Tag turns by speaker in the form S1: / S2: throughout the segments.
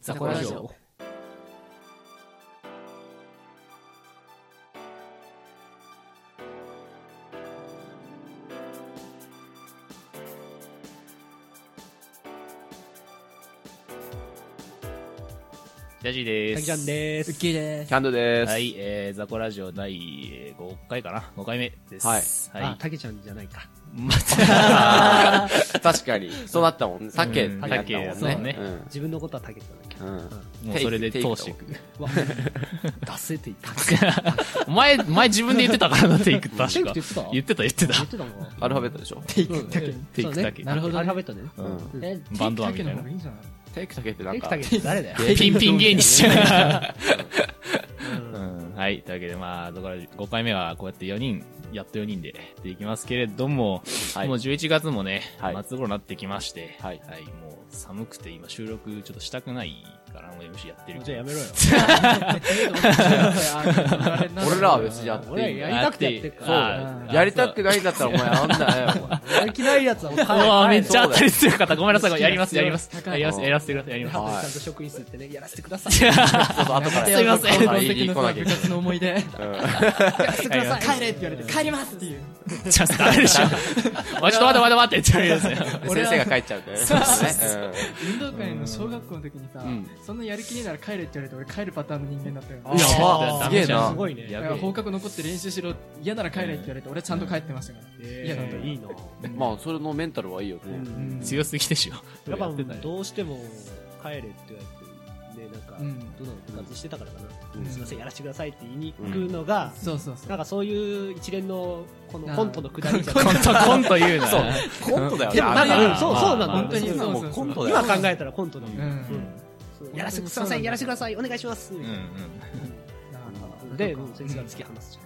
S1: ザコラジ
S2: ザコ
S1: オ。
S2: ジャジーです。
S1: たきちゃんで
S3: ウッ
S1: す。
S3: キーです
S4: キャンドゥです。
S2: はい、えー、ザコラジオ第えー5回かな ?5 回目です。はい。
S1: あ、たけちゃんじゃないか。
S2: また、
S4: 確かに。そうなったもんね。鮭って
S2: うん
S4: なったもんね。
S2: 鮭そうね
S1: 自分のことはたけじゃないか。
S4: うん。うん。
S2: もうそれで通していく。
S1: うわ、 出せていた。
S2: お前、前自分で言ってたからな、テイク、
S1: テイ
S2: 確
S1: ク
S2: か
S1: って言ってた。
S2: 言ってた、言ってた
S1: 言。ってたもん。
S4: アルファベットでしょ
S1: テイク
S3: だけ
S2: テイクだけ
S1: なるほど。アルファベットでね。
S2: うん
S4: うん
S3: え
S2: バンドマンみたいな
S3: テイクだけの方がいいんじゃない
S4: テイク鮭ってな
S1: テ
S4: ん
S1: イク
S4: か
S1: タケ。って誰だよ。
S2: ピンピン芸人じゃない
S1: うん
S2: うんはい。というわけで、まあ、だから5回目はこうやって4人、やっと4人でやっていきますけれども、
S4: はい
S2: もう11月もね、
S4: はい
S2: 末頃になってきまして、
S4: はい
S2: もう寒くて今収録ちょっとしたくないから、もう MC やってる
S1: じゃあやめろよ。
S4: 俺らは別にやっていい
S1: 俺らやりたくてやってるか
S2: そう
S1: ら。うん
S2: あ
S4: やりたくないんだったらお前あんなよ。お前
S1: やる気ないやつはもう帰
S2: う
S1: る
S2: わーめっ
S1: 帰る
S2: ちゃ当たり強かった。ごめんなさ、
S3: はいい
S2: やり ます、やります。
S3: 高い
S2: やります、やらせてください、やります。
S4: はい
S1: ちゃんと職員室行ってね、やらせてください。
S4: そうそう、後から。
S2: すいません
S4: 後か
S3: 高
S4: ら
S3: 校
S4: 言い
S3: の
S4: に来
S3: さ
S4: なきゃいけない
S3: 部活の思い出
S2: やります
S3: 帰れって言われて帰りますっていう
S2: ちょっとダメ でしょ。おいちょっと待って待って待ってって言われるんですよ。
S4: うん先生が帰っちゃうんだよね。
S3: そうそ
S4: ね
S3: う運動会の小学校の時にさ
S4: ん
S3: そんなやる気ねえなら帰れって言われて俺帰るパターンの人間だったよ
S1: いや
S4: ば
S2: ダ
S4: すげ
S2: メ
S4: え
S2: じゃ
S4: なん
S1: すごいね
S2: や
S3: だ
S2: べ
S3: から
S2: え
S3: 放課後残って練習しろ嫌なら帰れって言われて俺ちゃんと帰ってましたからいや
S1: いいな。
S4: うんまあ、それのメンタルはいいよね。
S2: 強すぎでしょ。
S1: やっぱ
S2: ってない
S1: どうしても帰れって言われて、ね、なんか、
S3: うん
S1: どの部活してたからかな、
S4: うん
S1: すいません、やらせてくださいって言いに行くのが、
S3: そうそうそ
S1: な
S3: うん
S1: かそういう一連のこ
S3: あ
S1: の
S3: ー
S1: コントのくだりじゃ
S2: コ
S1: な
S2: ン
S1: い
S2: ト、コント言うな。
S4: そう。コントだよね。
S1: でもなんか
S2: あ
S1: うんそう
S2: まあ
S1: そうなの
S2: まあ
S3: 本当にそう
S4: も
S3: そうう
S4: コントだよ
S1: 今
S4: ね。
S1: 考えたらコントだもん、
S3: う
S1: うん
S3: ん
S1: そうやらせてくだ
S3: そうなん
S1: さ
S3: だ
S1: い、やらせてください、お願いします、
S2: うんうん。
S1: で、
S3: うん
S1: もう先生が突き放す、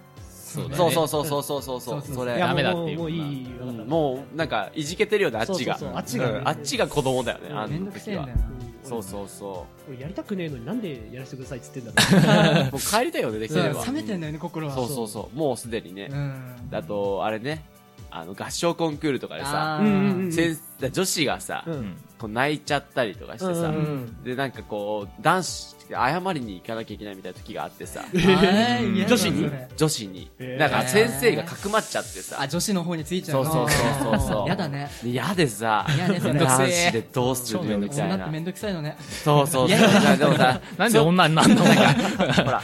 S2: そうだね
S4: そうそうそうそうそうそうそう。そ
S1: い
S4: れ
S1: や。
S2: ダメだって
S1: も
S2: いう
S1: もういいよ、
S4: う
S1: だ
S4: ん
S1: から
S4: もう、なんか、いじけてるよね、あっちが。
S1: そうそうそうあっちがね
S4: うんあっちが子供だよね、あ
S3: めん
S4: の
S3: どくせえ
S4: 時
S3: ん
S4: は
S3: だ。よな
S4: そうそうそ
S1: 俺やりたくねえのになんでやらせてくださいって言ってんだろう
S4: う。もう帰りたいよね、できてれば。
S3: 冷めてんだよね心は
S4: そうそうそう。もうすでにね
S3: う。ん
S4: あと、あれね、あの、合唱コンクールとかで
S3: あ
S4: さ、
S3: ー
S1: うんうんうん
S4: 先生女子がさ、
S1: う
S2: うんん。
S4: こう泣いちゃったりとかしてさ
S1: うんう、
S4: で、なんかこう、男子、謝りに行かなきゃいけないみたいな時があってさ、
S3: あー嫌だ
S1: 女子に
S3: それ
S4: 女子に、
S1: へー
S4: なんか先生がかくまっちゃってさ
S3: あ、女子の方についちゃ
S4: そううそうそうそうそう。
S3: やだね
S4: で。嫌でさ、
S3: 嫌ねそれ
S4: 男子でどうするみた
S3: 女
S4: い
S3: って
S4: な
S3: め。んどくさいのね
S4: そうそうそう。でもさ、
S2: なんで女になんのか。
S4: ほら、ま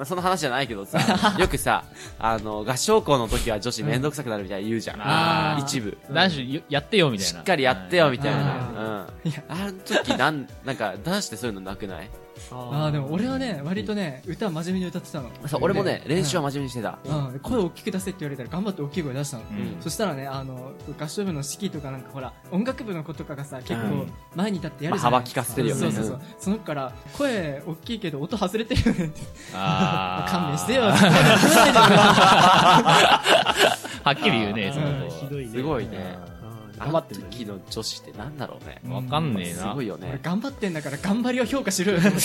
S4: あその話じゃないけどさ、よくさ、あの、合唱校の時は女子めんどくさくなるみたいな言うじゃん。
S2: あ
S3: ー
S4: 一部。
S2: 男子よやってよみたい
S4: し
S2: な。
S4: っかりやってよ、みたい
S3: あ
S4: な。うん。あの時、なん、なんか、男子ってそういうのなくない
S3: あーでも俺はね割とね歌真面目に歌ってたの
S4: そう、俺もね、
S3: で
S4: 練習は真面目にしてた。
S3: うんうん声大きく出せって言われたら頑張って大きい声出したの
S2: うん
S3: そしたらねあの合唱部の指揮とかなんかほら音楽部の子とかがさ結構前に立ってやるじゃな
S4: ま
S3: い
S4: あ幅利かせてるよね
S3: そうそうそうその子から声大きいけど音外れてるよねって
S2: あー
S3: 勘弁 してよ
S2: はっきり言うね、そ
S1: あー
S2: の
S1: ひ
S2: 子
S1: どいね
S4: すごいね。
S1: あー
S4: あの時の女子ってなんだろうね。
S2: わかんねえ
S4: す
S2: な
S4: ごい。よ
S3: 俺
S4: ね。
S3: 頑張ってんだから頑張りを評価 しろよ
S1: いやな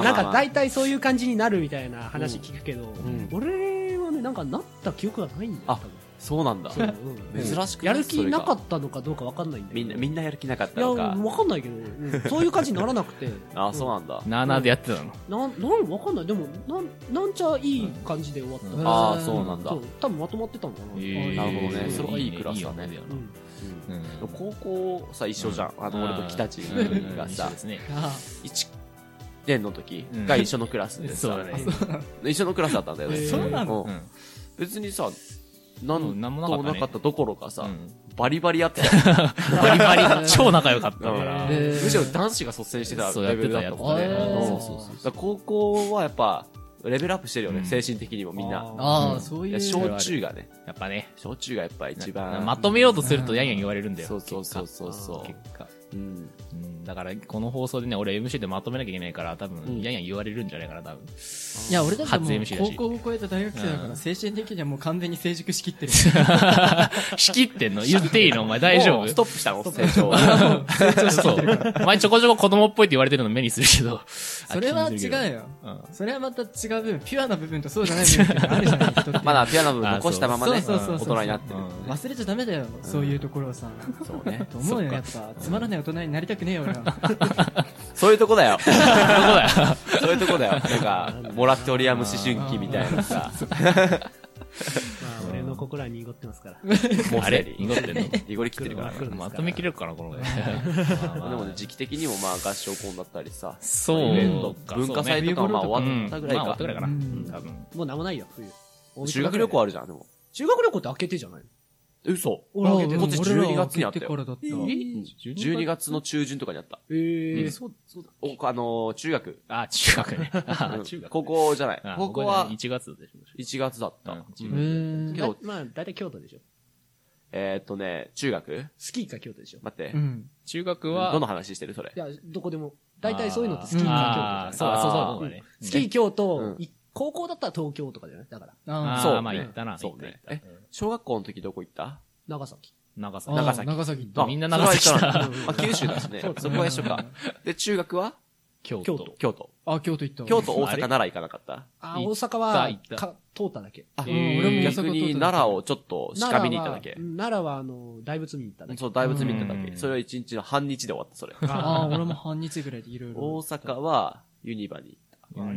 S1: んか大体そういう感じになるみたいな話聞くけど、
S4: ん
S1: 俺はね、なんかなった記憶がないんだよ。
S4: あそうなんだ。
S1: 多分そううん
S4: 珍しく
S1: やる気なか
S4: た
S1: ったのかどうかわかんないんだ
S4: みんな、みんなやる気なかった
S1: な
S4: の
S1: いや、
S4: か。
S1: わかんないけど、う んそういう感じにならなくて。
S4: ああ、そうなんだ。
S2: なあなあでやってたの。
S1: なん、なん、わかんない。でも、なん、なんちゃいい感じで終わった。
S2: うん
S4: ああ、そうなんだ。
S1: そう、多分まとまってたのかな。
S2: えー
S4: なるほどねそれはいいクラスだね
S2: いいよ
S1: うん
S4: う
S2: う
S4: ん
S2: ん
S4: 高校さ、一緒じゃん。あの、俺と北地
S2: うん
S4: が
S2: 一緒
S4: さ
S2: で、すね
S3: あ
S4: 1年の時が一緒のクラスで
S2: そうだ
S4: さ、
S2: ね。
S4: 一緒のクラスだったんだよね。
S1: えーそう
S3: な
S4: の
S2: うん
S4: 別にさ、なん
S2: なんもなか
S4: と
S2: った
S4: も
S2: ね
S4: なかったどころかさ
S2: う、ん
S4: バリバリ やってた。
S2: バリバ リ、超仲良かったか
S4: う
S2: ら
S4: ん。むしろ男子が率先してた
S2: そうやっ
S4: レ
S2: て
S4: ベルだ
S2: たや
S4: った
S2: って
S4: も
S2: た
S4: んね。
S2: ね。
S4: そうそうそうだから高校はやっぱ、レベルアップしてるよ
S2: う
S4: ね、
S2: ん
S4: 精神的にもみんな。
S3: あーそう
S4: い
S3: い
S4: や
S3: う
S4: 小中がね、
S2: やっぱね。
S4: 小中がやっぱ一
S2: な
S4: 番。
S2: まとめようとするとやんやん言われるんだよ。
S4: そうそうそうそうそ
S2: 結果。
S4: う。うん。
S2: うんだから、この放送でね、俺 MC でまとめなきゃいけないから、多
S4: う
S2: 分、
S4: ん
S2: やんやん言われるんじゃないかな、多分。
S3: いや、俺だっても
S2: 初
S3: う
S2: MC だ
S3: 高
S2: し
S3: 校を超えた大学生だか
S2: う
S3: ら、
S2: ん
S3: 精神的にはもう完全に成熟し きってる。
S2: 仕切ってんの言っていいのお前大丈
S4: も
S2: 夫
S4: うストップしたの成長は。
S2: そう。お前ちょこちょこ子供っぽいって言われてるの目にするけど。
S3: それは違う
S2: よ。
S3: よ。
S2: うん
S3: それはまた違う部分、ピュアな部分とそうじゃない部分ってあるじ ゃない、人って。
S4: まだピアノ部残したままね、
S3: そうそうそう
S4: 大
S3: そう
S4: 人になってる。
S3: 忘れちゃダメだよ、そういうところをさ。
S4: そうね。
S3: と思うよ、やっぱ。つまらない大人になりたくねえよ、俺は。
S4: そういうとこだよ。
S2: だよ。
S4: そういうとこだよ。なんか、モラトリアム思春期みたいなさ、
S1: まあ、俺の心は濁ってますから。
S4: もう
S2: あ
S4: す
S2: れ
S4: でに
S2: 濁ってんの
S4: 濁りきってるから。
S1: 来るんですか
S2: まとめきれるかな、この
S4: まあでもね、
S2: ね。
S4: 時期的にもまあ合唱コンだったりさ、
S2: そう
S4: イベント
S2: か
S4: 文化祭とかはまあ終わったぐらいか
S2: うんまあ終わったぐらいかな。
S3: う
S2: うんん多分。
S1: もうなんもないよ、冬。
S4: 修学旅行
S1: は
S4: あるじゃん、でも。
S1: 修学旅行って開けてじゃないの
S4: 嘘
S1: 俺開けて
S4: こっち12月にあったよ。
S3: 俺らは開けてからだっ
S4: 12月の中旬とかにあった。
S1: え
S2: う
S1: え
S2: ん
S1: そう、そうだ。
S4: おあのー、中学。
S2: あ、中学 ね。あ
S4: う ん
S2: 中学。
S4: 高校じゃない
S2: あ。
S4: 高校
S2: こ
S4: は
S2: ね1月でしょ。
S4: 1月だった。
S2: うん
S4: うん
S3: うーん
S4: けど
S1: だまあ、だいたい京都でしょ。
S4: えーっとね、中学
S1: スキーか京都でしょ。
S4: 待って
S3: う。ん
S2: 中学は、
S4: どの話してるそれ
S1: い。や、どこでも。だいたいそういうのってスキー
S2: あー
S1: か京都じ
S2: そ
S1: ゃ
S2: う
S1: ない
S2: だそう
S4: あー
S2: そうだね。
S1: スキー京都、
S4: うん
S1: い高校だったら東京とかじゃないだから、
S3: あ
S2: あ
S3: ー
S4: そ
S2: そ
S4: うね
S2: う。まあ行ったな。
S4: そうね
S2: 行った行っ
S4: 小学校の時どこ行った
S1: 長崎。
S2: た長
S3: あー
S2: 崎。
S4: 長崎
S3: 長崎行った
S2: あみんな長崎
S4: それは行っ
S1: だ
S4: たな。まあ、九州だしね
S1: そう。
S4: そこは一緒か。で、中学は
S2: 京
S1: 京
S2: 都
S1: 都。
S4: 京都。
S3: あ、京都行ったわ。
S4: 京都、大
S2: あれ
S4: 阪、奈良行かなかった
S1: あー
S2: 行っ
S1: 大阪
S2: 行
S1: は
S2: った
S1: か通っただけ。
S3: あ、
S2: えー
S3: 俺も大阪
S4: 逆に奈良をちょっとしか
S1: 奈
S4: 見
S1: 良
S4: に行
S1: は
S4: っただけ。
S1: 奈良は、あの、大仏見に行っただけ。
S4: そう、大仏見に行っただ
S2: う
S4: け。
S2: ん
S4: それは一日の半日で終わった、それ。
S3: ああ、俺も半日ぐらいでいろいろ。
S4: 大阪はユニバ
S2: う
S4: に。
S2: ん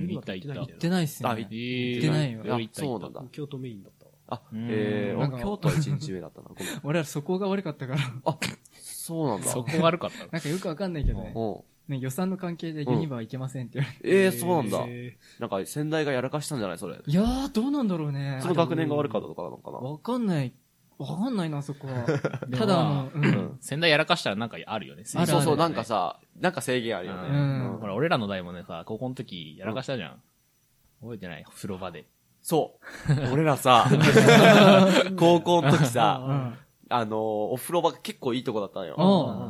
S2: 行った行った
S1: 行っ。
S3: 行ってないっすね。
S4: あ行っ
S2: 行
S3: ってないよ
S4: あそうなん
S2: だ。
S4: だ。
S1: 京都メインだったわ。
S4: あ、
S2: うん
S4: えー
S3: なんか
S4: あ京都は一日目だったな。ごめん。
S3: 俺らそこが悪かったから。
S4: あ、そうなんだ。
S2: そこ悪かったの。
S3: なんかよくわかんないけどね。
S4: うん。
S3: ね予算の関係でユニバー行けませんって言われて。
S4: えー、そうなんだ。
S1: え
S4: なんか先代がやらかしたんじゃないそれ。
S3: いやー、どうなんだろうね
S4: そ。の学年が悪かったとかなのかな。
S3: わかんない。わかんないな、そこは。
S2: でも
S3: ただ、あの、
S4: う
S3: う。
S4: んん。
S2: 仙台やらかしたらなんかあるよね。
S3: ある
S4: そうそう、
S2: ね
S4: なんかさ、なんか制限あるよ
S2: う
S4: ね。
S2: ん
S3: うん
S2: ほら、俺らの代もね、さ、高校の時、やらかしたじゃん。覚えてない風呂場で。
S4: そう。俺ら さ、 高校の時
S3: う
S4: さ、
S3: ん。
S4: あのー、お風呂場が結構いいとこだったの
S3: あ
S4: よ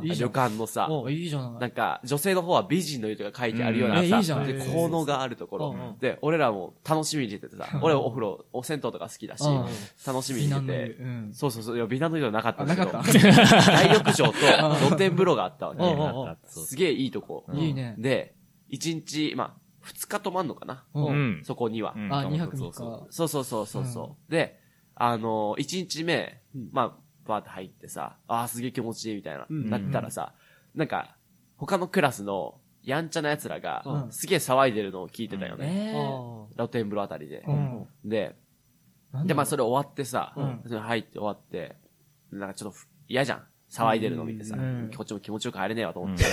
S3: あ。いいじゃ
S4: 旅
S3: ん
S4: 館のさ、
S3: あ、いいじゃな。
S4: ないんか、女性の方は美人の湯とか書いてあるような
S3: うんえいいじゃ
S4: さ、
S3: ん
S4: で、効能があるところ
S3: うんうん。
S4: で、俺らも楽しみにしててさ、俺お風呂、お銭湯とか好きだし
S3: うん、
S4: 楽しみにし
S3: 避難
S4: て
S3: の
S4: て
S3: 湯、うん。
S4: そうそうそう、いや、美男の湯はなかった
S3: あ、
S4: んだ
S3: な
S4: け
S3: か
S4: ど、
S3: った。
S4: 大浴場と露天風呂があったわ
S3: うん
S4: け。
S3: うん
S2: あったあったそう
S4: すげえいいとこ。
S2: うん
S3: いいね。
S4: で、1日、まあ、2日泊まんのかな、
S3: う。
S2: うんん。
S4: そこには。
S2: うん
S3: あ、2泊
S2: そう
S3: 3
S2: そうそ
S3: 日。
S4: そうそうそうそうそう、で、あのー、1日目、
S1: うん
S4: まあ、バーって入ってさ、ああ、すげえ気持ちいいみたいな、
S1: うん
S4: なったらさ、なんか、他のクラスのやんちゃな奴らが、
S3: うん
S4: すげえ騒いでるのを聞いてたよ
S1: ー
S4: ね。
S3: えー。
S1: あ
S4: 露天風呂あたりで
S3: う。ん。
S4: で、
S3: なん
S4: で、
S3: だ
S4: まあそれ終わってさ、
S3: うん
S4: それ入って終わって、なんかちょっと嫌じゃん。騒いでるの見てさ、
S3: うん
S4: こっちも気持ちよく入れねえわと
S2: う
S4: 思 っ
S2: ん
S4: て。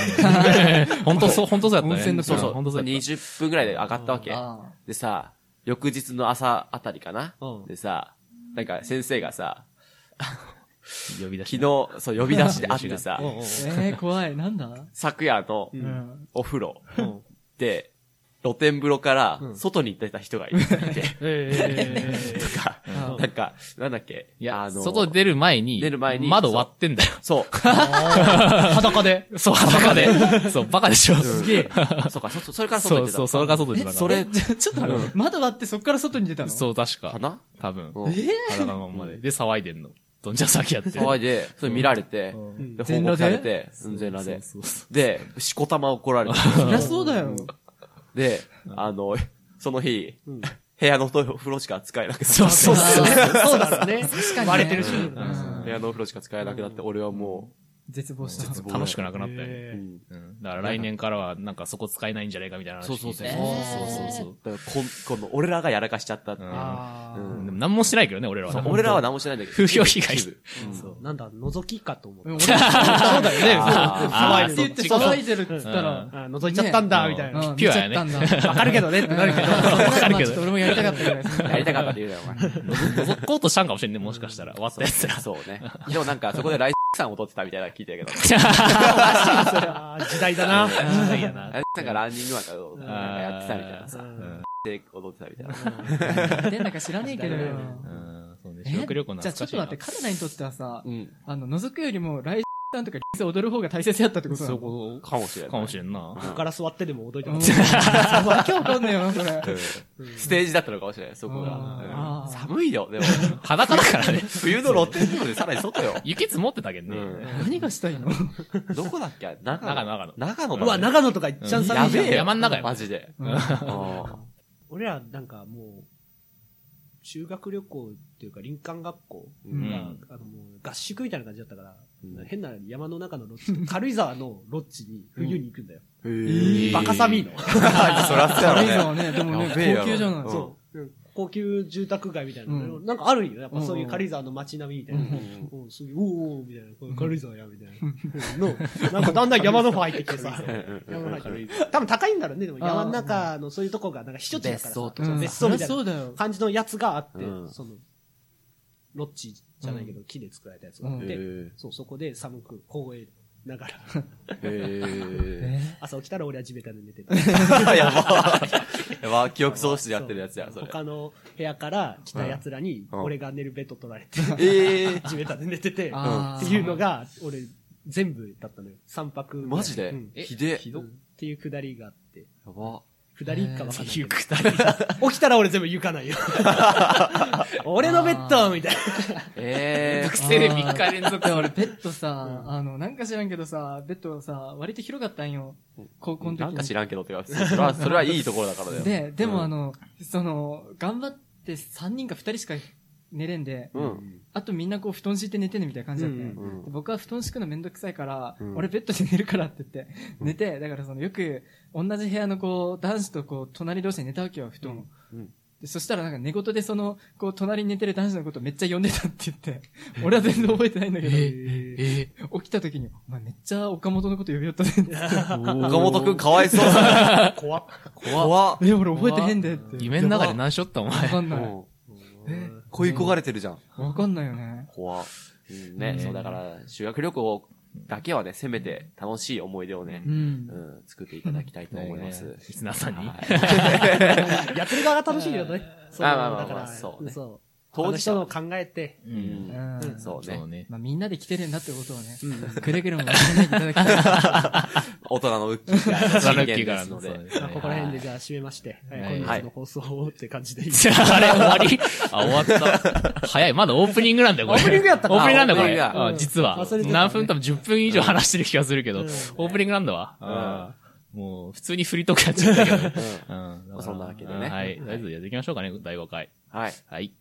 S2: 本当そう、本当そうやったね。
S3: 温泉の
S4: そうそう、
S2: 本当そうやっ
S4: 20分ぐらいで上がったわけ。
S3: あ
S4: でさ、翌日の朝あたりかな、
S1: うん
S4: でさ、なんか先生がさ、
S2: た。呼び出
S4: 昨
S2: し
S4: 日
S2: た。、
S4: そう、呼び出しで会ってさ
S1: ー、うんうん
S3: ーえー、怖い。なんだ
S4: 昨夜の
S1: う
S3: うんん。
S4: お風呂
S1: うん
S4: で、露天風呂から
S1: うん
S4: 外に行ってた人がいて、
S2: ええ
S4: とか、
S3: うん
S4: なんか、なんだっけ、
S2: いや、外出る前に、
S4: 出る前に
S2: 窓割ってんだよ。
S4: そう、
S2: 裸で。そう、裸で。そう、バカでしょ。す
S4: げえ。そうか、そ、そそれから外
S2: そ
S4: に
S2: う
S4: 出た。
S2: そう、それから外で
S3: え、それ、 ちょ、ちょっと待って、窓割ってそっから外に出たの
S2: そう、確
S4: か
S2: か。
S4: な
S2: 多分。
S4: うん
S2: 裸のままで。で、騒いでんの。どんじゃ先やって。
S4: 騒いで、それ見られて、
S1: ん
S4: で、
S3: 全
S4: 報
S3: 裸
S4: 告され
S3: で
S4: て、うん全裸で。
S2: そうそうそう
S4: で、しこたま怒られて、
S3: そりゃそうだよ。
S4: で、あの、その日、
S1: ん
S4: 部屋のお風呂しか使えなくなって
S2: そうそう そう。
S1: そうだね。
S3: 確かにね
S1: 割れてるし。
S3: うん
S4: 部屋のお風呂しか使えなくなって、俺はも
S3: 絶望した。
S4: 望
S2: 楽しくなくなったよね。
S4: う、
S1: えー
S2: うんだから来年からは、なんかそこ使えないんじゃないかみたいな話
S4: そうそうそう。
S2: 聞いてそうそうそう。
S4: だからこん、この、俺らがやらかしちゃったっていうう。
S2: ん
S1: あー
S4: うん
S2: でも何もしてないけどね、俺らはね。
S4: 俺らは何もしてないんだけど。
S2: 風評被害
S4: 一部
S1: そうなんだ、覗きかと思っ
S3: うん
S1: た。
S3: 俺もそうだよね。
S4: あー
S3: 騒いでるって言
S2: あー
S3: って騒いでるって言ったら、
S1: あ、覗いちゃったんだ、
S2: ね
S1: みたい
S3: うん
S1: な。
S2: ピュアやね
S3: 見ちゃったんだ
S1: わかるけどねってなるけど。
S3: わか
S2: るけど
S3: 俺もやりたかったぐらいですね
S4: やりたかったって言うなよ、お前。
S2: 覗こうとしたんかもしれんね、もしかしたら。終わったやつら。
S4: そうね。でもなんか、そこでライさんを撮ってたみたいなの聞いてたけど。
S1: あー時代だ な。
S2: 時代やな
S4: ライさんがランニングなんかをなんかやってたみたいな
S1: う
S4: さ。
S1: ん
S4: で、踊ってたみたいな。
S3: やってんだか知らねえけどよ。
S2: うんそうね修学旅行
S3: えじゃあ
S2: 懐
S3: ち
S2: かし
S3: ょっと
S2: いな。
S3: 待って、彼らにとってはさ
S4: う、ん。
S3: あの、覗くよりも、来さんとか、リス踊る方が大切やったってことな
S2: そ
S3: の
S2: こ
S4: かもしれない。
S2: かもしれんな。
S1: ここから座ってでも踊りたか
S3: うん
S1: っ
S3: わけわかんねえよな、それ。
S4: うん ステージだったのかもしれない、そこが。
S3: あー
S4: うん寒いよ、でも。
S2: 裸だからね。
S4: 冬の露天風呂でさらに外よ。
S2: 雪積もってたけど
S4: う
S2: ね。
S4: ん
S3: 何がしたいの
S4: どこだっけ長野。
S2: 長野長野
S4: 長野
S1: た。
S4: だ
S1: うわ、長野とか一ちゃん寒いじゃ
S4: やべえ
S1: ん。
S2: 山ん中よ
S4: マジで。あ
S1: 俺らなんかもう、修学旅行っていうか林間学校
S4: ー
S3: うん
S1: が、あのもう合宿みたいな感じだったから、変な山の中のロッジと、軽井沢のロッジに冬に行くんだよ。
S4: え
S2: へー
S1: バカ寒いの。
S4: そらそうや
S3: 軽井
S4: ろ
S3: 沢
S4: ね。
S3: ね、でもね、
S4: やべえやろ
S3: 高級じゃない。
S4: そ
S1: 高級住宅街みたいなの、
S3: う
S1: なんかあるんよ。やっぱそういう軽井沢の街並みみたいな。
S3: うん
S1: うんそういう、おーおーみたいな、これ軽井沢や、みたいな。の、なんかだんだん山の方入ってきてさ。山の方入ってきて多分高いんだろうね、でも山の中のそういうとこが、なんか避暑地だから
S4: 別荘
S1: さ
S4: と
S3: うん、
S1: 別荘みたいな
S3: そりゃそうだよ。
S1: 感じのやつがあって
S4: う、ん
S1: その、ロッジじゃないけど、木で作られたやつがあっ
S3: う
S1: て、そう、そこで寒く凍えながら、
S4: え
S3: え
S1: 朝起きたら俺は地べたで寝てた。
S4: ー。やば。やば、記憶喪失でやってるやつや、 それ。
S1: 他の部屋から来た奴らに、
S4: うん
S1: 俺が寝るベッド取られて、
S4: ええ。
S1: 地べたで寝て て、っ
S3: あー
S1: ていうのが、俺、全部だったのよ。3泊ぐらい。
S4: マジで
S1: うん
S4: ひでえ
S1: ひどっっていうくだりがあって。
S4: やば。
S1: くだりかわかんないけど。
S2: くだり。
S1: 起きたら俺全部床 ないよ。俺のベッドみたい
S4: え
S2: 学生で3日連続。
S3: で俺、ベッドさ、あの、なんか知らんけどさ、ベッドがさ、割と広かったんよ。高校
S4: え。
S3: の時
S4: なんか
S3: に
S4: 知。らんけどってか、それは、それはいいところだからだよ。
S3: で、でもあ
S4: の、
S3: の、その、頑張って3人か2人しか寝れんで、
S4: う
S1: な。
S4: ん。
S3: あとみんなこう布団敷いて寝てねみたいな感じだったよ
S1: うん
S4: うんうん
S3: で僕は布団敷くのめんどくさいから、
S4: うん
S3: 俺ベッドで寝るからって言って、寝て、だからそのよく同じ部屋のこう男子とこう隣同士で寝たわけよ、布団を。
S4: うんうん
S3: でそしたらなんか寝言でその、こう隣に寝てる男子のことめっちゃ呼んでたって言って、 俺は全然覚えてないんだけど、
S2: え
S3: 起きた時に、お前めっちゃ岡本のこと呼びよったねって。
S4: 岡本くんかわいそうだね。
S1: 怖っ。
S4: 怖っ。
S3: え、俺覚えてへんでっ て。
S2: 夢の中で何しよったお
S3: わ
S2: 前。
S3: かんない。
S4: 恋焦がれてるじゃん。
S3: わかんないよね。
S4: 怖っ。うんね、そうだから、修学旅行だけはね、せめて楽しい思い出をね
S3: う、ん
S4: う。ん、作っていただきたいと思います。
S2: ねリスナーさんに。
S1: やってる側が楽しいよね。そう
S4: まあまあまあ
S1: だから、
S4: そうね
S1: そう。
S4: 当
S1: 当
S4: 事
S1: 事
S4: 者
S1: 者
S4: は
S1: の考えて、
S2: う。
S4: うん。
S3: うんん。
S1: うん
S4: そうね
S2: そう。ね。
S3: まあみんなで来てるんだってことをね、
S1: うん
S3: くれぐれも忘れないでいただきたい。
S4: 大人のウッキーから、
S2: ザラッキー から
S4: 人間
S2: の。
S4: ですので。
S1: まあここら辺でじゃあ締めまして、はい
S2: はい
S1: 今日の放送をって感じでいい
S2: じゃあ、あれ終わりあ、終わった。早い。まだオープニングなんだよ、これ。
S1: オープニングやったか
S2: オープニングなんだよ、こ
S4: オープニン
S2: れ。
S4: グだ
S2: あ
S1: うん
S2: 実は
S1: 忘れて。た
S2: 何分多分10分以上話してる気がするけど
S1: うん、
S2: オープニングなんだわ。うんもう、普通にフリートークやっちゃったけど。うんだから
S4: そんなわけでね
S2: うんはい。とりあえずやっていきましょうかね、第5回。
S4: はい。
S2: はい。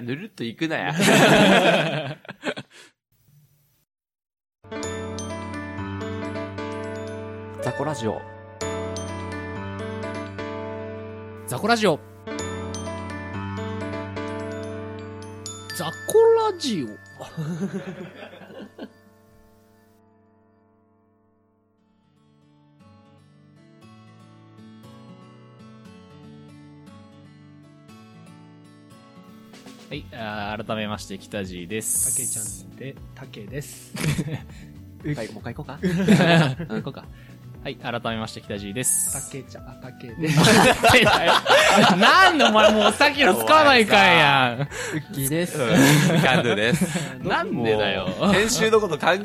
S4: ぬるっと行 くなや。ザコラジオ。
S2: ザコラジオ。
S1: ザコラジオ。
S2: はい。あー改めまして、北地で
S1: た
S2: す。
S1: けちゃんで、たけです。
S4: はい、もう一回行こうか。
S2: 行こうか。はい、改めまして、北地で
S1: た
S2: す。
S1: けちゃん、あたけです。
S2: なんでお前もうさっきのつかないかいや
S3: ウッキーです。
S4: うん、カンドゥです。
S2: ん。 なんでだよ。
S4: もう編集のこと考えろ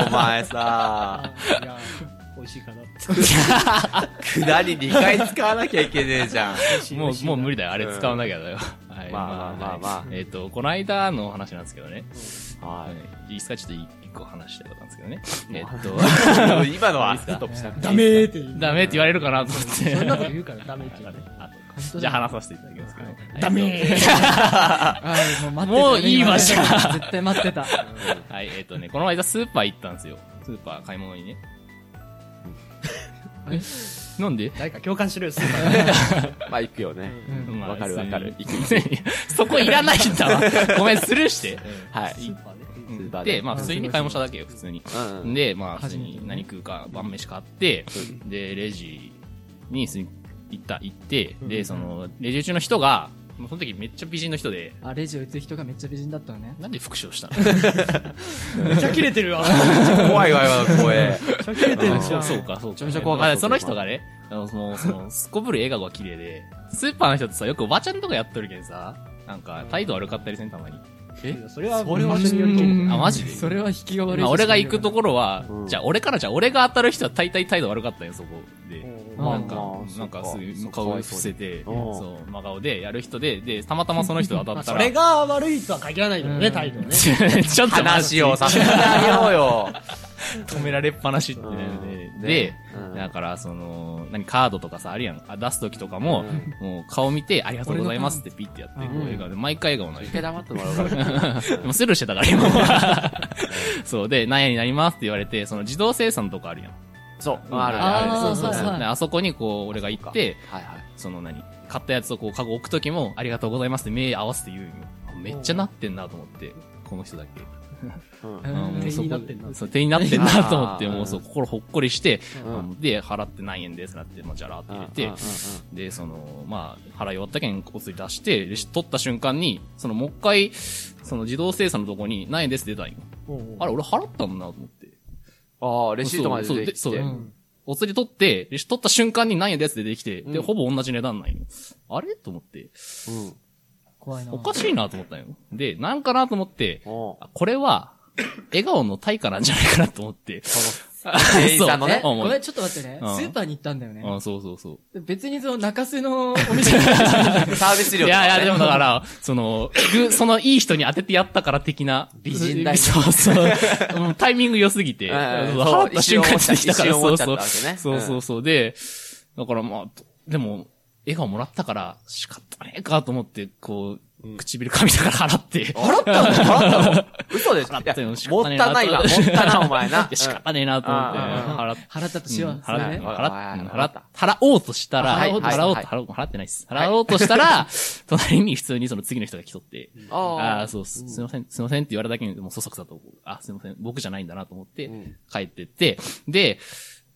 S4: よ、お前さ。
S1: いや、美味しいかなって。
S4: 下り2回使わなきゃいけねえじゃん。
S2: もう、もう無理だよ。あれ使わなきゃだよ。はい。
S4: まあまあまあまあ
S2: はいえっと、この間の話なんですけどね。
S4: は
S2: はい。いいっすかちょっと一個話したいことなんですけどね。えっ
S4: い。今のはストップしたくていい
S1: ダメーって言う
S2: と、。ダメって言われるかなと思って。
S1: そんなこと言うからダメーって言う。
S2: あそうか じゃあ話させていただきますけど。はい
S1: ダメー
S3: あーもう待ってた
S2: もういいわじゃあ
S3: 絶対待ってた。
S2: はい、えっとね、この間スーパー行ったんですよ。スーパー買い物にね。 えなんで
S1: 誰か共感しろよ、ス
S4: まあ行くよね。
S3: うん
S2: まあ
S4: わかるわか る。行く。
S2: そこいらないんだわ。ごめん、スルーして。
S4: はい。
S1: ーパーね。
S4: スーパーで
S2: で、まあ普通に買い物しただけよ、普通に。
S4: うんうん。
S2: で、まあ普通に何食うか晩飯買って、で、レジにす行った、行って、で、その、レジ中の人が、もうその時めっちゃ美人の人で、
S3: あ、レジを打つ人がめっちゃ美人だったのね。
S2: なんで復唱したの
S1: めっちゃ切れてるわ。
S4: 怖いわよ、怖え。
S1: めっちゃ切れてるじ ゃ
S2: そ
S1: ん。
S2: うそうか、そうか。
S4: めちゃめちゃ怖かった
S2: まあその人がね、あの、その、その、すこぶる笑顔が綺麗で、スーパーの人ってさ、よくおばちゃんとかやっとるけんさ、なんか、態度悪かったりせん、たまに。
S1: えそれは、
S4: それは
S1: 場所によると思う
S3: うん
S2: あマジで
S3: それは引きが悪い。
S2: まあ、俺が行くところは、
S4: うん
S2: じゃあ、俺からじゃあ、俺が当たる人は大体態度悪かったんよ、そこで。
S1: うん
S2: なんか
S4: あー、
S2: なんか、
S4: そっ
S2: すぐ
S4: か
S2: 顔を伏せて、
S4: かわいそ
S2: そ
S4: う
S2: う、真顔でやる人で、で、たまたまその人当た
S1: まあ
S2: った
S1: そ
S2: ら、
S1: れが悪いとは限らないけど
S3: う
S1: ね、
S3: ん
S1: 態度ね。
S2: ちょっと待って
S4: 話をさせてあげようよ。
S2: 止められっぱなしってなるので
S4: うん
S2: で
S4: ね、うん
S2: だから、その、何、カードとかさ、あるやん。あ出す時とかも、もう顔見て、ありがとうございますってピッてやって、
S3: 俺の
S2: こう笑顔で、毎回笑顔なの
S4: 一
S2: よ
S4: 回黙ってもらおうから。
S2: でも スルーしてたから、今は。そうで、何やになりますって言われて、その自動生産とかあるやん。
S4: そう。
S2: あ
S4: ある
S3: あ
S4: あ
S3: る
S4: る。
S3: あー
S2: そうそうそう。
S3: はいはい
S2: であそこにこう、俺が行って、
S4: はいはい。
S2: その何買ったやつをこう、カゴ置くときも、ありがとうございますって目合わせて言うよ。めっちゃなってんなと思って、この人だけ。
S4: うん
S3: う
S2: うんも
S3: ん
S2: うそこ
S1: 手になってんな
S2: そう、手になってんなと思って、
S4: あー
S2: もうそう、心ほっこりして、
S4: うん
S2: あので、払って何円ですってなって、まあ、じゃらーって入れて、で、その、まあ、払い終わったけん、お釣り出して、レシート取った瞬間に、その、もう一回、その自動精査のとこに、何円ですって出たんよ。あれ、俺払ったんだなと思って。
S4: ああ、レシートまで出てき
S2: そう
S4: て
S2: で
S3: う
S2: そ。
S3: ん
S2: お釣り取って、レシート取った瞬間に何円ですって出てきて、で、
S4: うん
S2: ほぼ同じ値段なんよ。あれと思って、
S4: うん
S3: 怖いな。
S2: おかしいなと思ったんよ。で、なんかなと思って、
S4: おう
S2: あこれは、笑顔の対価なんじゃないかなと思って。
S4: 店員さんの
S3: え
S4: ね
S2: そう
S3: ごめん、ちょっと待ってね。ス
S2: うん
S3: ーパーに行ったんだよね。
S2: あそうそうそう。
S3: 別にその中洲のお店に
S4: サービス料
S2: い
S4: とか
S2: や
S4: ね
S2: いや、でもだから、その、 ぐそのいい人に当ててやったから的な。
S4: 美人だよ
S2: そうそう。 もうタイミング良すぎて。
S4: うんうん
S2: 払った瞬間に
S4: そう
S2: できたから、
S4: 一瞬
S2: そ
S4: 思っ
S2: う
S4: ちゃ
S2: そ
S4: っ
S2: う
S4: たわけね。
S2: そうそうそう。で、だからまあ、でも、笑顔もらったから、仕方ねえかと思って、こう、唇噛みながら払って。
S4: 払ったの払ったの嘘でしょ
S2: 払ったよ仕
S4: もっ
S2: 方ねえ
S4: たないわ。もったな、お前
S2: い
S4: な
S2: や。仕方ねえなと思って、
S4: うんうん
S2: 払っ
S3: 払ったとし
S2: 払
S3: よう
S2: っ。
S3: それね
S4: ね
S2: 払っ
S4: はい
S2: うん
S4: 払
S2: 払
S4: っ
S2: った払おうとしたら、
S4: はい
S2: 払おうと払おうと
S4: はい
S2: 払おう払ってないです。払おうとしたら、 隣に普通にその次の人が来とって、ああー、
S4: あ
S2: そう、すすいません、すいませんって言われただけに、もうそそくさと、あ、すいません、僕じゃないんだなと思って
S4: うん、
S2: 帰ってって、で、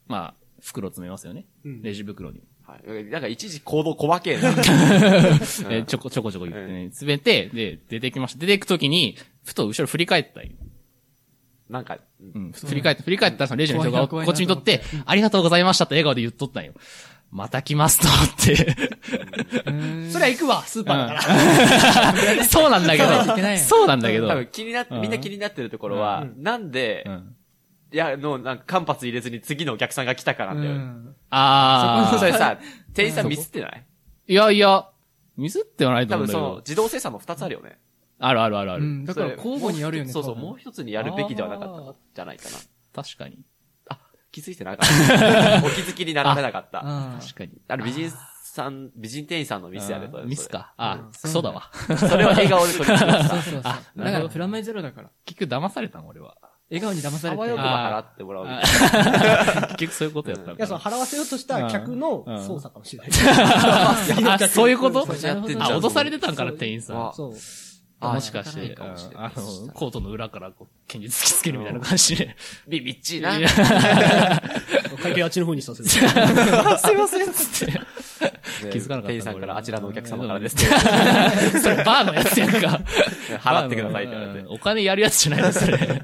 S2: まあ、袋詰めますよね。
S1: ん
S2: レジ袋に。
S4: あ。はいなんか一時行動細けえな。
S2: え、ちょこちょこちょこ言ってね、詰めて、で、出てきました。出てくときに、ふと後ろ振り返ったんよ
S4: なんか、うん
S2: うん。振り返って、振り返ったらそのレジの人
S3: 怖い
S2: が
S3: な怖い
S2: こ
S3: な
S2: っちにとって、ありがとうございましたって笑顔で言っとったんよ。また来ますと思っ
S1: そりゃ行くわ、スーパーだから。
S2: て。 そうなんだけ
S3: そうだいけない
S2: ど、
S3: よ
S2: そうなんだけど
S4: 多、分気になっ、みんな気になってるところは、なんで
S2: う、ん
S4: いや、の、なんか間髪入れずに次のお客さんが来たから
S3: う
S4: なんだよね。
S3: ん。
S2: あ
S4: それ
S2: ー。
S4: さ、店員さんミスってない
S2: いやいや、ミスってはないと
S4: 多
S2: 思うんだ
S4: 分そ
S2: け
S4: の、
S2: ど。
S4: 自動生産の二つあるよね。
S2: あるあるあるあ
S3: う
S2: る。
S3: ん。だから
S4: それ
S3: 交互にやるよね。
S4: そうそう、もう一つにやるべきではなか
S3: あ
S4: っ
S3: ー
S4: た、じゃないかな。
S2: 確かに。
S4: あ、気づいてな かった。お気づきになられなかっ
S3: 多
S4: た。
S3: 分
S2: 確かに。
S4: あの、美人さん、美人店員さんのミスやで、そ
S2: あ
S4: れ
S2: ーミス。か。あー、
S3: そう
S2: クソだわ。
S4: それそれを笑顔で取り
S3: う
S4: ま
S3: ん。
S4: し
S3: そ
S4: た。
S3: う そうそう。だからプラマイゼロだから。
S2: 結局騙されたん俺は。
S3: 笑顔に騙さ
S4: あ
S3: れ
S4: わ
S3: て
S4: よく
S3: る。
S4: ば払ってもらうみたいな。
S2: 結局そういうことやったの
S1: いや、その
S2: か
S1: 払わせようとした客の操作かもしれない。
S2: な。あ、そういうこと
S1: そう
S4: やってんじゃん
S2: あ、脅されてたんから店員さん
S4: あ。
S1: そう。
S4: あ
S2: もしかし
S4: や
S2: て、
S4: らないかもしれない
S2: あの、コートの裏から、こう、剣術突きつけるみたいな感じで。
S4: ビビッチーな。
S1: 会計あっちの方にしたせる。
S2: すいません、つって。気づかなかった。
S4: 店員さんから、あちらのお客様からです。
S2: す。それバーのやつやんか。
S4: 払ってくださいって言われ
S2: う
S4: て。
S2: んお金やるやつじゃないの、それ。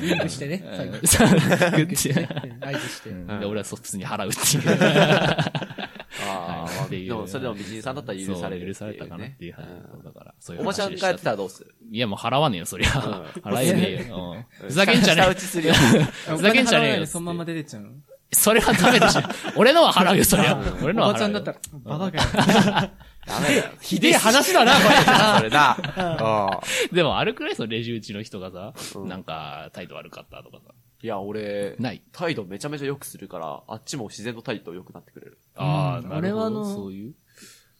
S1: リンクしてね、最後。
S2: グ
S1: リンクしてね。合図して。
S2: で、俺はそう普通に払うっていう。は
S4: あ
S2: い
S4: あ、
S2: っていう
S4: でもそれでも美人さんだったら許される、
S2: そう許されたかなっていう。はい
S4: ん
S2: だから、そういう
S4: おばちゃんがやってたらどう する
S2: いや、もう払わねえよ、そりゃ。払えねえ よ。うんふざけんじゃ
S4: 下
S2: ね
S4: 打ちするよ。
S2: え よ。ふざけんじゃねえよ。
S3: そのまま出てっちゃうの。
S2: それはダメ でしょ。俺のは払うよ、そりゃ。俺
S3: お
S2: のは払うよ。
S3: ばちゃんだったら、ババアかよ。
S4: ダメだよ。
S1: ひでえ話だな、こ
S4: それな。ああ
S2: でも、あるくらいそのレジ打ちの人がさ、なんか、態度悪かったとかさ。
S4: いや、俺、
S2: ない。
S4: 態度めちゃめちゃ良くするから、あっちも自然と態度良くなってく れる。
S2: ああ、
S3: う
S2: な
S3: ん
S2: るほ
S3: 俺は
S2: ど。
S3: あの
S2: そういう。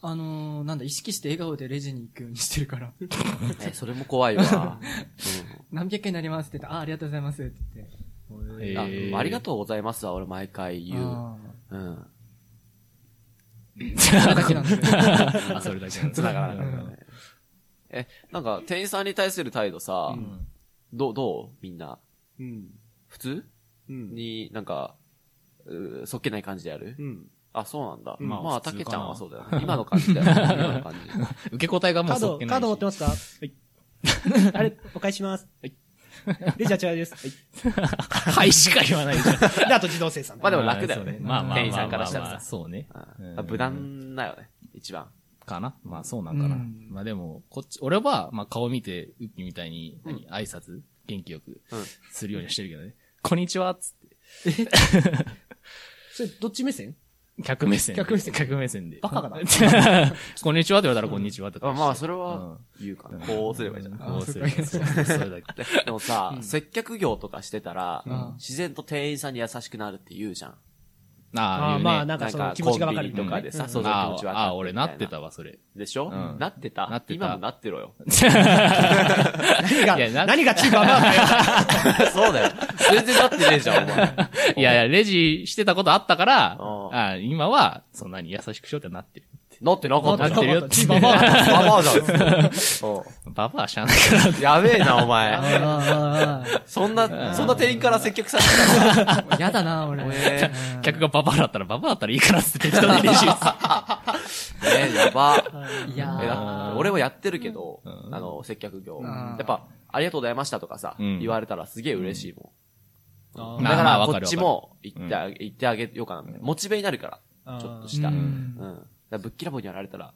S3: あのー、なんだ、意識して笑顔でレジに行くようにしてるから。
S4: え、それも怖いわ。
S3: 何百円になりますって言ったら、あ、ありがとうございますって言って。
S4: うんあうんありがとうございますは俺毎回言う。
S3: あ
S4: うん。
S3: ーそれだけなんですよ。
S2: あ、それだけ。
S4: つながら
S2: う
S4: なんいからね。え、なんか、店員さんに対する態度さ、どう、どうみんな。
S1: うん。
S4: 普通
S1: うん。
S4: に、なんか、うーそっけない感じでやる
S1: うん。
S4: あ、そうなんだ。
S1: うん
S4: まあ、
S2: まあ
S4: た
S2: 普通
S4: け
S2: か
S4: ち
S2: な
S4: ゃんはそうだよね。今の感じだよ ね。今の感じ。
S2: 受け答えがも
S1: カ
S2: う
S1: ー
S2: そっ
S1: ド、
S2: け
S1: カ
S2: ない
S1: ー
S2: し。
S1: ド持ってますかはい。 あれ、お返しします。はい。レジあちらです。
S2: はいしか言わないじゃん。
S1: はい。で、あと自動生産。
S4: まあでも楽だよね
S2: そうまあまあまあまあ。
S4: 店員さんからしたらさ
S2: そうね。
S4: うんあ無難だよね。一番。
S2: かなまあそうなんかな。
S3: うん
S2: まあでも、こっち、俺は、まあ顔見て、ウッキーみたいに、何挨拶、元気よく
S4: うん、
S2: するようにしてるけどね。こんにちはっつって。
S1: それ、どっち目線
S2: 客目線で。
S1: 客目線
S2: 客目線で。
S1: バカかな
S2: こんにちはって言われたらこんにちはって
S4: まあ、
S2: 返して。
S4: まあそれは、言うかな。こうすればいいじゃん。
S2: こうすればいいそうそうそれだけ。
S4: でも さ、接客業とかしてたら
S3: うん、
S4: 自然と店員さんに優しくなるって言うじゃん。
S2: あ
S1: あ
S2: あ、
S1: あ、
S2: 言う
S1: まあ、
S2: ね。
S1: なんかその
S4: なんか
S1: 気持ちがわかる
S4: コンビニとかでさ
S1: うん
S4: そうそう
S2: あ
S4: 気持ち
S2: あ
S4: わかる
S2: ああ、俺なってたわ、それ。
S4: でしょ
S2: うん
S4: なってた
S2: なってた
S4: 今もなってろよ。
S1: 何が、
S2: いやな
S1: 何がチームアマーだよ。
S4: そうだよ。全 然なってねえじゃん、お前。
S2: いやいや、レジしてたことあったから、
S4: うん
S2: ああ今は、そんなに優しくしようってなってる。
S4: なってなかっ
S2: な
S4: たじ
S2: っ
S4: ゃ
S2: て
S4: ん。
S2: るよって。
S1: ババア
S4: ババアじゃん。
S2: ババアしゃあないから。
S4: うんやべえな、お前。
S3: あー
S4: そんな、そんな店員から接客され
S3: あー、やだな、俺。
S4: え
S3: うん
S2: 客がババアだったら、ババアだったらいいからっつって適当にレジ打つ
S4: たら。 ねや ば。
S3: いや
S4: えだ
S3: ー
S4: 俺はやってるけど、
S2: うん
S4: あの、接客業。
S3: ん
S4: やっぱ、ありがとうございましたとかさ、
S2: うん
S4: 言われたらすげえ嬉しいもん。
S2: ん
S4: だか
S2: まあ
S4: ら、
S2: わか
S4: こ
S2: る
S4: っちも言ってあげ、言ってあげようかなみたいな。モチベになるから、ちょっとした。
S3: う
S4: うんん。だからぶっきらぼうにやられたら、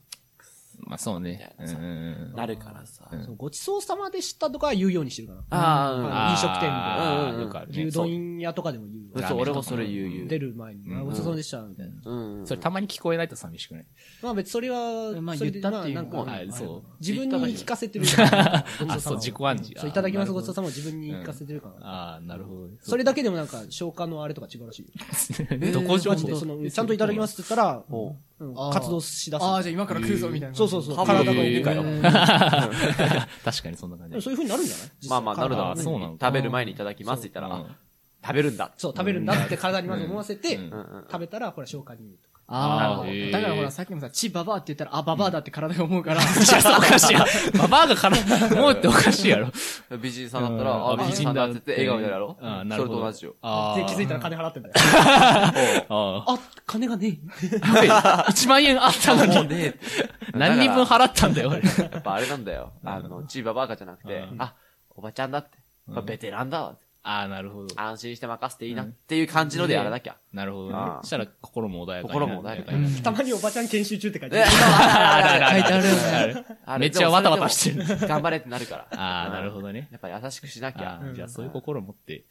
S2: まあそうね。うんうんうん
S4: なるからさ。
S2: うん
S1: ごちそうさまでしたとかは言うようにしてるかな。
S4: あ
S1: 飲食店で
S2: あ
S4: うん
S2: あ
S4: うん
S2: よくあるね。
S1: 牛丼屋とかでも言う
S4: あ、
S1: わ。
S4: そう、俺もそれ言う言う。
S1: 出る前に、あごちそうさまでした、みたいな。
S4: うんうん。
S2: それたまに聞こえないと寂しくない。
S1: まあ別にそれは、
S3: まあ
S1: それで
S3: 言ったっていう
S1: まあなんか
S2: あそう
S1: 自分に聞かせてる。
S2: あそう自己暗示
S1: そう、いただきます
S2: あ
S1: ごちそうさまを自分に聞かせてるから。
S2: ああ、なるほど。
S1: それだけでもなんか、消化のあれとか違うらしいよ。
S2: れ、どこ上
S1: マジで、その、ちゃんといただきますって言ったら、
S4: も
S1: うん
S3: あー
S1: 活動しだす。
S3: ああ、じゃあ今から食うぞ、みたいな。
S1: そうそうそう。
S4: う、
S1: 体
S4: 体
S1: が
S4: の
S2: え
S1: 動
S4: 上
S2: ー
S1: く
S4: か
S1: から
S4: よ。
S2: 確かにそんな感
S1: でも
S2: じ
S1: そういう風になるんじゃない実際
S4: まあまあ、なるだろ
S2: あそうなのか
S4: 食べる前にいただきますって言ったら、あ、食べるんだ。
S1: そう、食べるんだって体にまず思わせて
S2: うん、
S4: うんうん
S1: 食べたら、ほら、消化にいいとか。
S3: あ
S2: あー
S3: あ、だからほら、さっきもさ、チババアって言ったら、あ、ババアだって体が思うから。
S2: いや、そうおかしいやろ。ババアがから、もうっておかしいやろ。
S4: 美人さんだったら、あ、
S2: うん
S4: 美人さんだって言って笑顔になるやろ
S2: あなるほど。
S4: それと同じよ。
S2: あ
S1: で、
S2: ー
S1: 気づいたら金払ってんだよ。
S2: あ
S1: あ、金がねえ。
S2: ー。1万円あったの
S4: もう
S2: に、
S4: ね、
S2: 何人分
S4: だか
S2: 払ったんだよ、俺。
S4: らやっぱあれなんだ よ。あの、チーババアカじゃなくて
S2: う、
S4: あ、おばちゃんだって。まあベテランだわ。
S2: ああ、なるほど。
S4: 安心して任せていいなっていう感じのでやらなきゃ。
S2: なるほどね
S4: あ。ー
S2: そしたら心も穏やかに。
S4: 心も穏やかに
S2: うん
S1: たまにおばちゃん研修中って書いて
S4: え
S1: ある。
S2: あるあるある
S3: 書いてあ
S2: あ
S3: る
S2: るめっちゃわたわたしてる。
S4: る。頑張れってなるから。
S2: ああ、なる
S4: ど。
S2: ほどね。
S4: やっぱ優しくしなき
S2: あ
S4: ゃ。
S2: ーじゃあそういう心を持って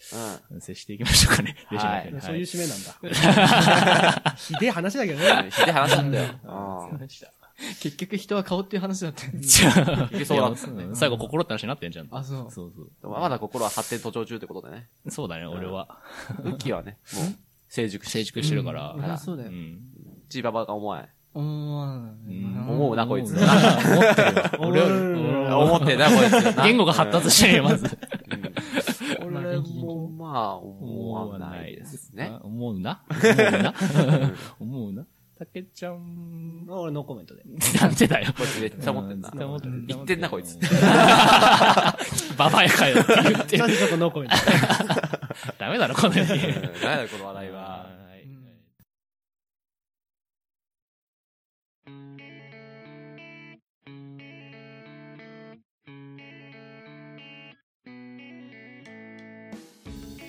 S4: うん。
S2: 接していきましょうかね。
S4: はい
S2: 吉野家に
S1: そういう締めなんだ。ひでえ話だけど
S4: うん
S1: ね。
S4: ひでえ話なんだよ。うん
S3: 結局人は顔っていう話だったよね。
S2: じゃあ
S4: いけそうだ
S2: いやそうだね最後心って話になってんじゃん。
S3: あそう
S2: そうそう。
S4: でもまだ心は発展途上中ってことでね。
S2: そうだね、俺は。
S4: ウッキーはね、もう、成熟
S2: 成
S4: し、
S2: 熟してるから。
S3: 俺はそうだ
S2: う
S3: よ。
S2: ん。
S4: チーババアカ思わない。
S3: 思
S4: 思うな、こいつ。
S2: 思ってるわ。俺は俺は
S4: 思ってんな、こいつ。
S2: 言語が発達してるよ、まず。
S4: 俺も、まあ、思わないですね。
S2: あ。思うな。 思うな。思うな。たけちゃん。
S1: まあ俺のコメントで。
S2: なんてだよ。
S4: こいつめっちゃ思ってんな。
S2: 思ってる
S4: 言ってん な、こいつ。
S2: ババやかよって言って
S1: ちゃ
S2: る
S1: ん。とそこノーコメント。
S2: ダメだろ、この世に。
S4: 何だ、この話題は。
S2: い
S3: うん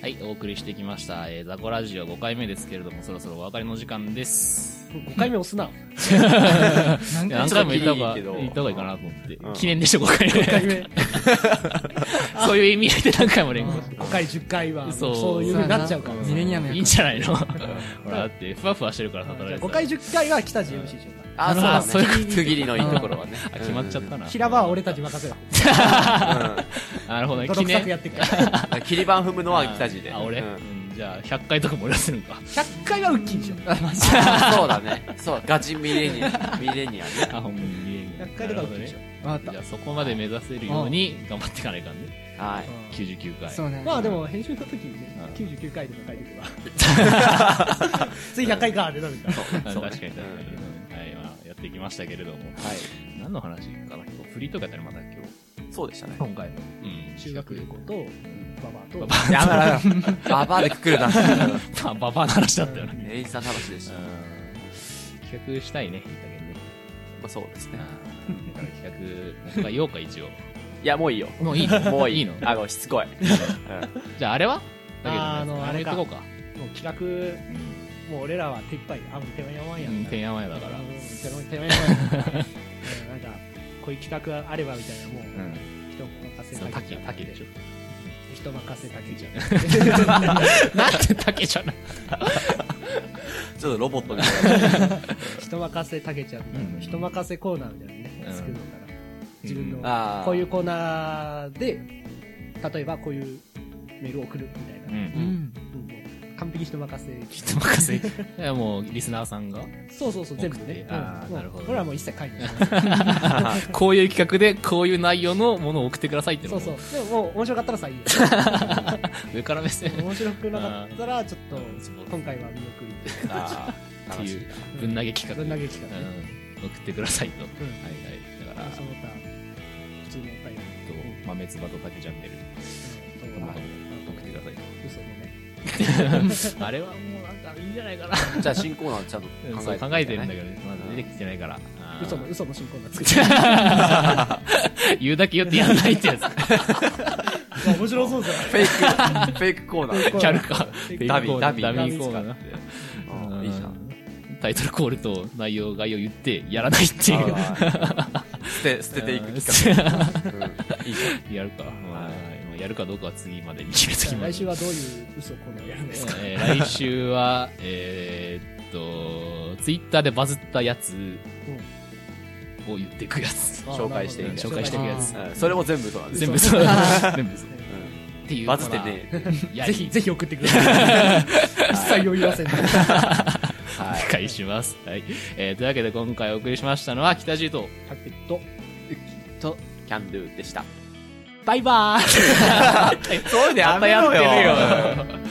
S2: はい、お送りしてきました。えー、ザコラジオ5回目ですけれども、そろそろお別れの時間です。
S1: 5回目押すな。
S3: なん
S2: いや
S3: か
S2: 何
S4: ちょ
S2: 回
S4: っ
S2: も
S4: と
S2: 言
S4: 切
S2: った方
S4: りいい
S2: が、
S4: けど
S2: 言った方がいいかなと思って。
S4: うん
S2: 記念でしょ、5回
S1: 5回
S2: 目。
S1: 目。
S2: そういう意味合いで何回も連呼して。
S1: 5回、10回は、
S2: そう
S1: そういう風になっちゃうから。
S3: ミレニアムやから
S2: いいんじゃないのほら、だって、ふわふわしてるから働いてた
S1: 5回、10回は北地 MC でしょう
S4: あ、そ
S2: あ
S4: うだ、
S2: そう
S4: ね
S2: いうこと
S4: 区切りのいいところはね。
S2: あ、決まっちゃったな。
S1: か。平場は俺たち任せろ。
S2: なるほどね。
S1: 泥
S2: 記
S1: 臭
S2: 念
S1: くやっていく から。
S4: うん。切り板踏むのは北地で。
S2: あ、俺、
S4: うん
S2: うんじゃあ、100回とかも俺らせるんか。
S1: 100回はウッキー でしょ。
S4: あそうだね。そう、ガチミレニア、ミレニアね。
S2: あ、ほんまに見えんね。
S1: 100回とかウッキー
S2: な
S1: で
S2: る
S1: し
S2: ほどね
S3: わかっ
S2: じゃあ、そこまで目指せるように頑張っていかないかんね。
S4: はい。
S3: た。
S2: 99回。
S3: そうね。
S1: まあでも、編集の時にね、
S2: う
S1: 99回とか書いてれば。 つい100回かってなるから。
S2: 確かに
S4: そうね
S2: 確かに。はい、まあ、やってきましたけれども。
S4: は
S2: 何の話かな今日フリーとかやったらまた今日。
S4: い。そうでしたね。
S2: 今回の。うん。
S1: 修学旅行と、ババアと、
S4: やばいやばい。ババアでくくるな。
S2: まあ、 ババアの話だったよね。
S4: エイさんの話でし
S2: う
S4: た。ま
S2: ん。企画したいね、いい加減ね。
S4: あそうです
S2: う
S4: ね。
S2: んだから企画、もう一回言おうか、一応。
S4: いや、もういいよ。
S2: もうい いの
S4: もういい。
S2: いいの
S4: あ、もうしつこい。うん
S2: じゃあ、あれはだけどね
S1: あーあのあれか
S2: 言っとこうか。
S1: もう企画、もう俺らは手一杯あ、もう手間やまんや
S2: うんん。
S1: な。
S2: てんやわんやだから
S1: う。ん手間手間やまん やな。うんなんか、こういう企画があればみたいな、もう、
S2: うん。
S1: 人任せ
S2: そう、
S1: た
S2: タ
S1: けち
S2: ケ、
S1: ゃん
S2: タケでしょ。
S1: 人任せたけちゃん。
S2: なんてタケじゃない。
S4: ちょっとロボットみたい
S1: 人任せたけちゃんみたいな、
S2: うん
S1: 人任せコーナーみたいなのね、
S2: うん
S1: 作るのから、 自分の、
S4: な。あー
S1: こういうコーナーで、例えばこういうメールを送るみたいな、
S2: ん
S3: うん。
S1: うん完璧人任せ。
S2: 人任せ。い や、もう、リスナーさんが。
S1: そうそうそう、全部
S2: 送って
S1: ね。
S2: あー
S1: うん
S2: なるほど
S1: これはもう一切書いてない。
S2: こういう企画で、こういう内容のものを送ってくださいっての
S1: そう
S2: を
S1: そう。でももう面白かったらさ、いいよ。
S2: 上から目 線。
S1: 面白くなかったら、ちょっ と、今回は見送り。
S4: あ
S2: っ
S4: あ、
S2: て
S4: 楽し
S2: い
S4: み
S2: う
S4: だ。
S2: ぶん投げ企画。
S1: ぶん投げ企画ね
S2: うん送ってくださいと。はい
S1: うん
S2: はい。だから、
S1: その他、普通のお便り
S2: えっと、豆唾と竹チャンネル、
S1: と、うん
S2: 今
S1: あ
S2: 後とも送ってください
S1: 嘘のね。
S2: と。 あれはもうなんかいいんじゃないかな。
S4: じゃあ新コーナーちゃんと
S2: うん
S4: 考
S2: そう
S4: えて
S2: 考えてるんだけどね、まだ出てきてないから。あー
S1: 嘘の、嘘の進行が作って。
S2: 言うだけ言ってやんないってやつ。
S1: 面白そうじゃない
S4: フェイク、フェイクコーナー。
S2: キャルか。
S4: ダビーダビー
S2: ダ
S1: ダ
S2: ビ
S1: ビ
S2: ー
S1: ー
S2: コーナ
S4: うん
S2: ー。
S4: いいじゃん。
S2: タイトルコールと内容、概要言って、やらないっていう。
S4: 捨て、捨てていく
S2: 企
S4: 企画。うんいい
S2: 画。
S4: じゃん。
S2: やるか。はいまあやるかどうかは次までに決めときま
S1: 来
S2: す
S1: 週。はどういう嘘コーナーやるんですか
S2: えー来週は、 えーっと、ツイッターでバズったやつを言っていくやつ。
S4: 紹介していく
S2: 紹介していくやつ。
S4: うんそれも全部となんです
S2: 全
S4: よ。
S2: 部そう。全部そう。っていう。
S4: バズってね。
S2: いや。
S1: ぜひ、ぜひ送ってください。一切余裕はせん。
S4: は
S2: お願いします。はい。えーというわけで今回お送りしましたのは北地と。
S1: タケット。
S4: い。と、キャンドゥでした。
S2: バイバーイ
S4: そうで
S2: またやってるよ。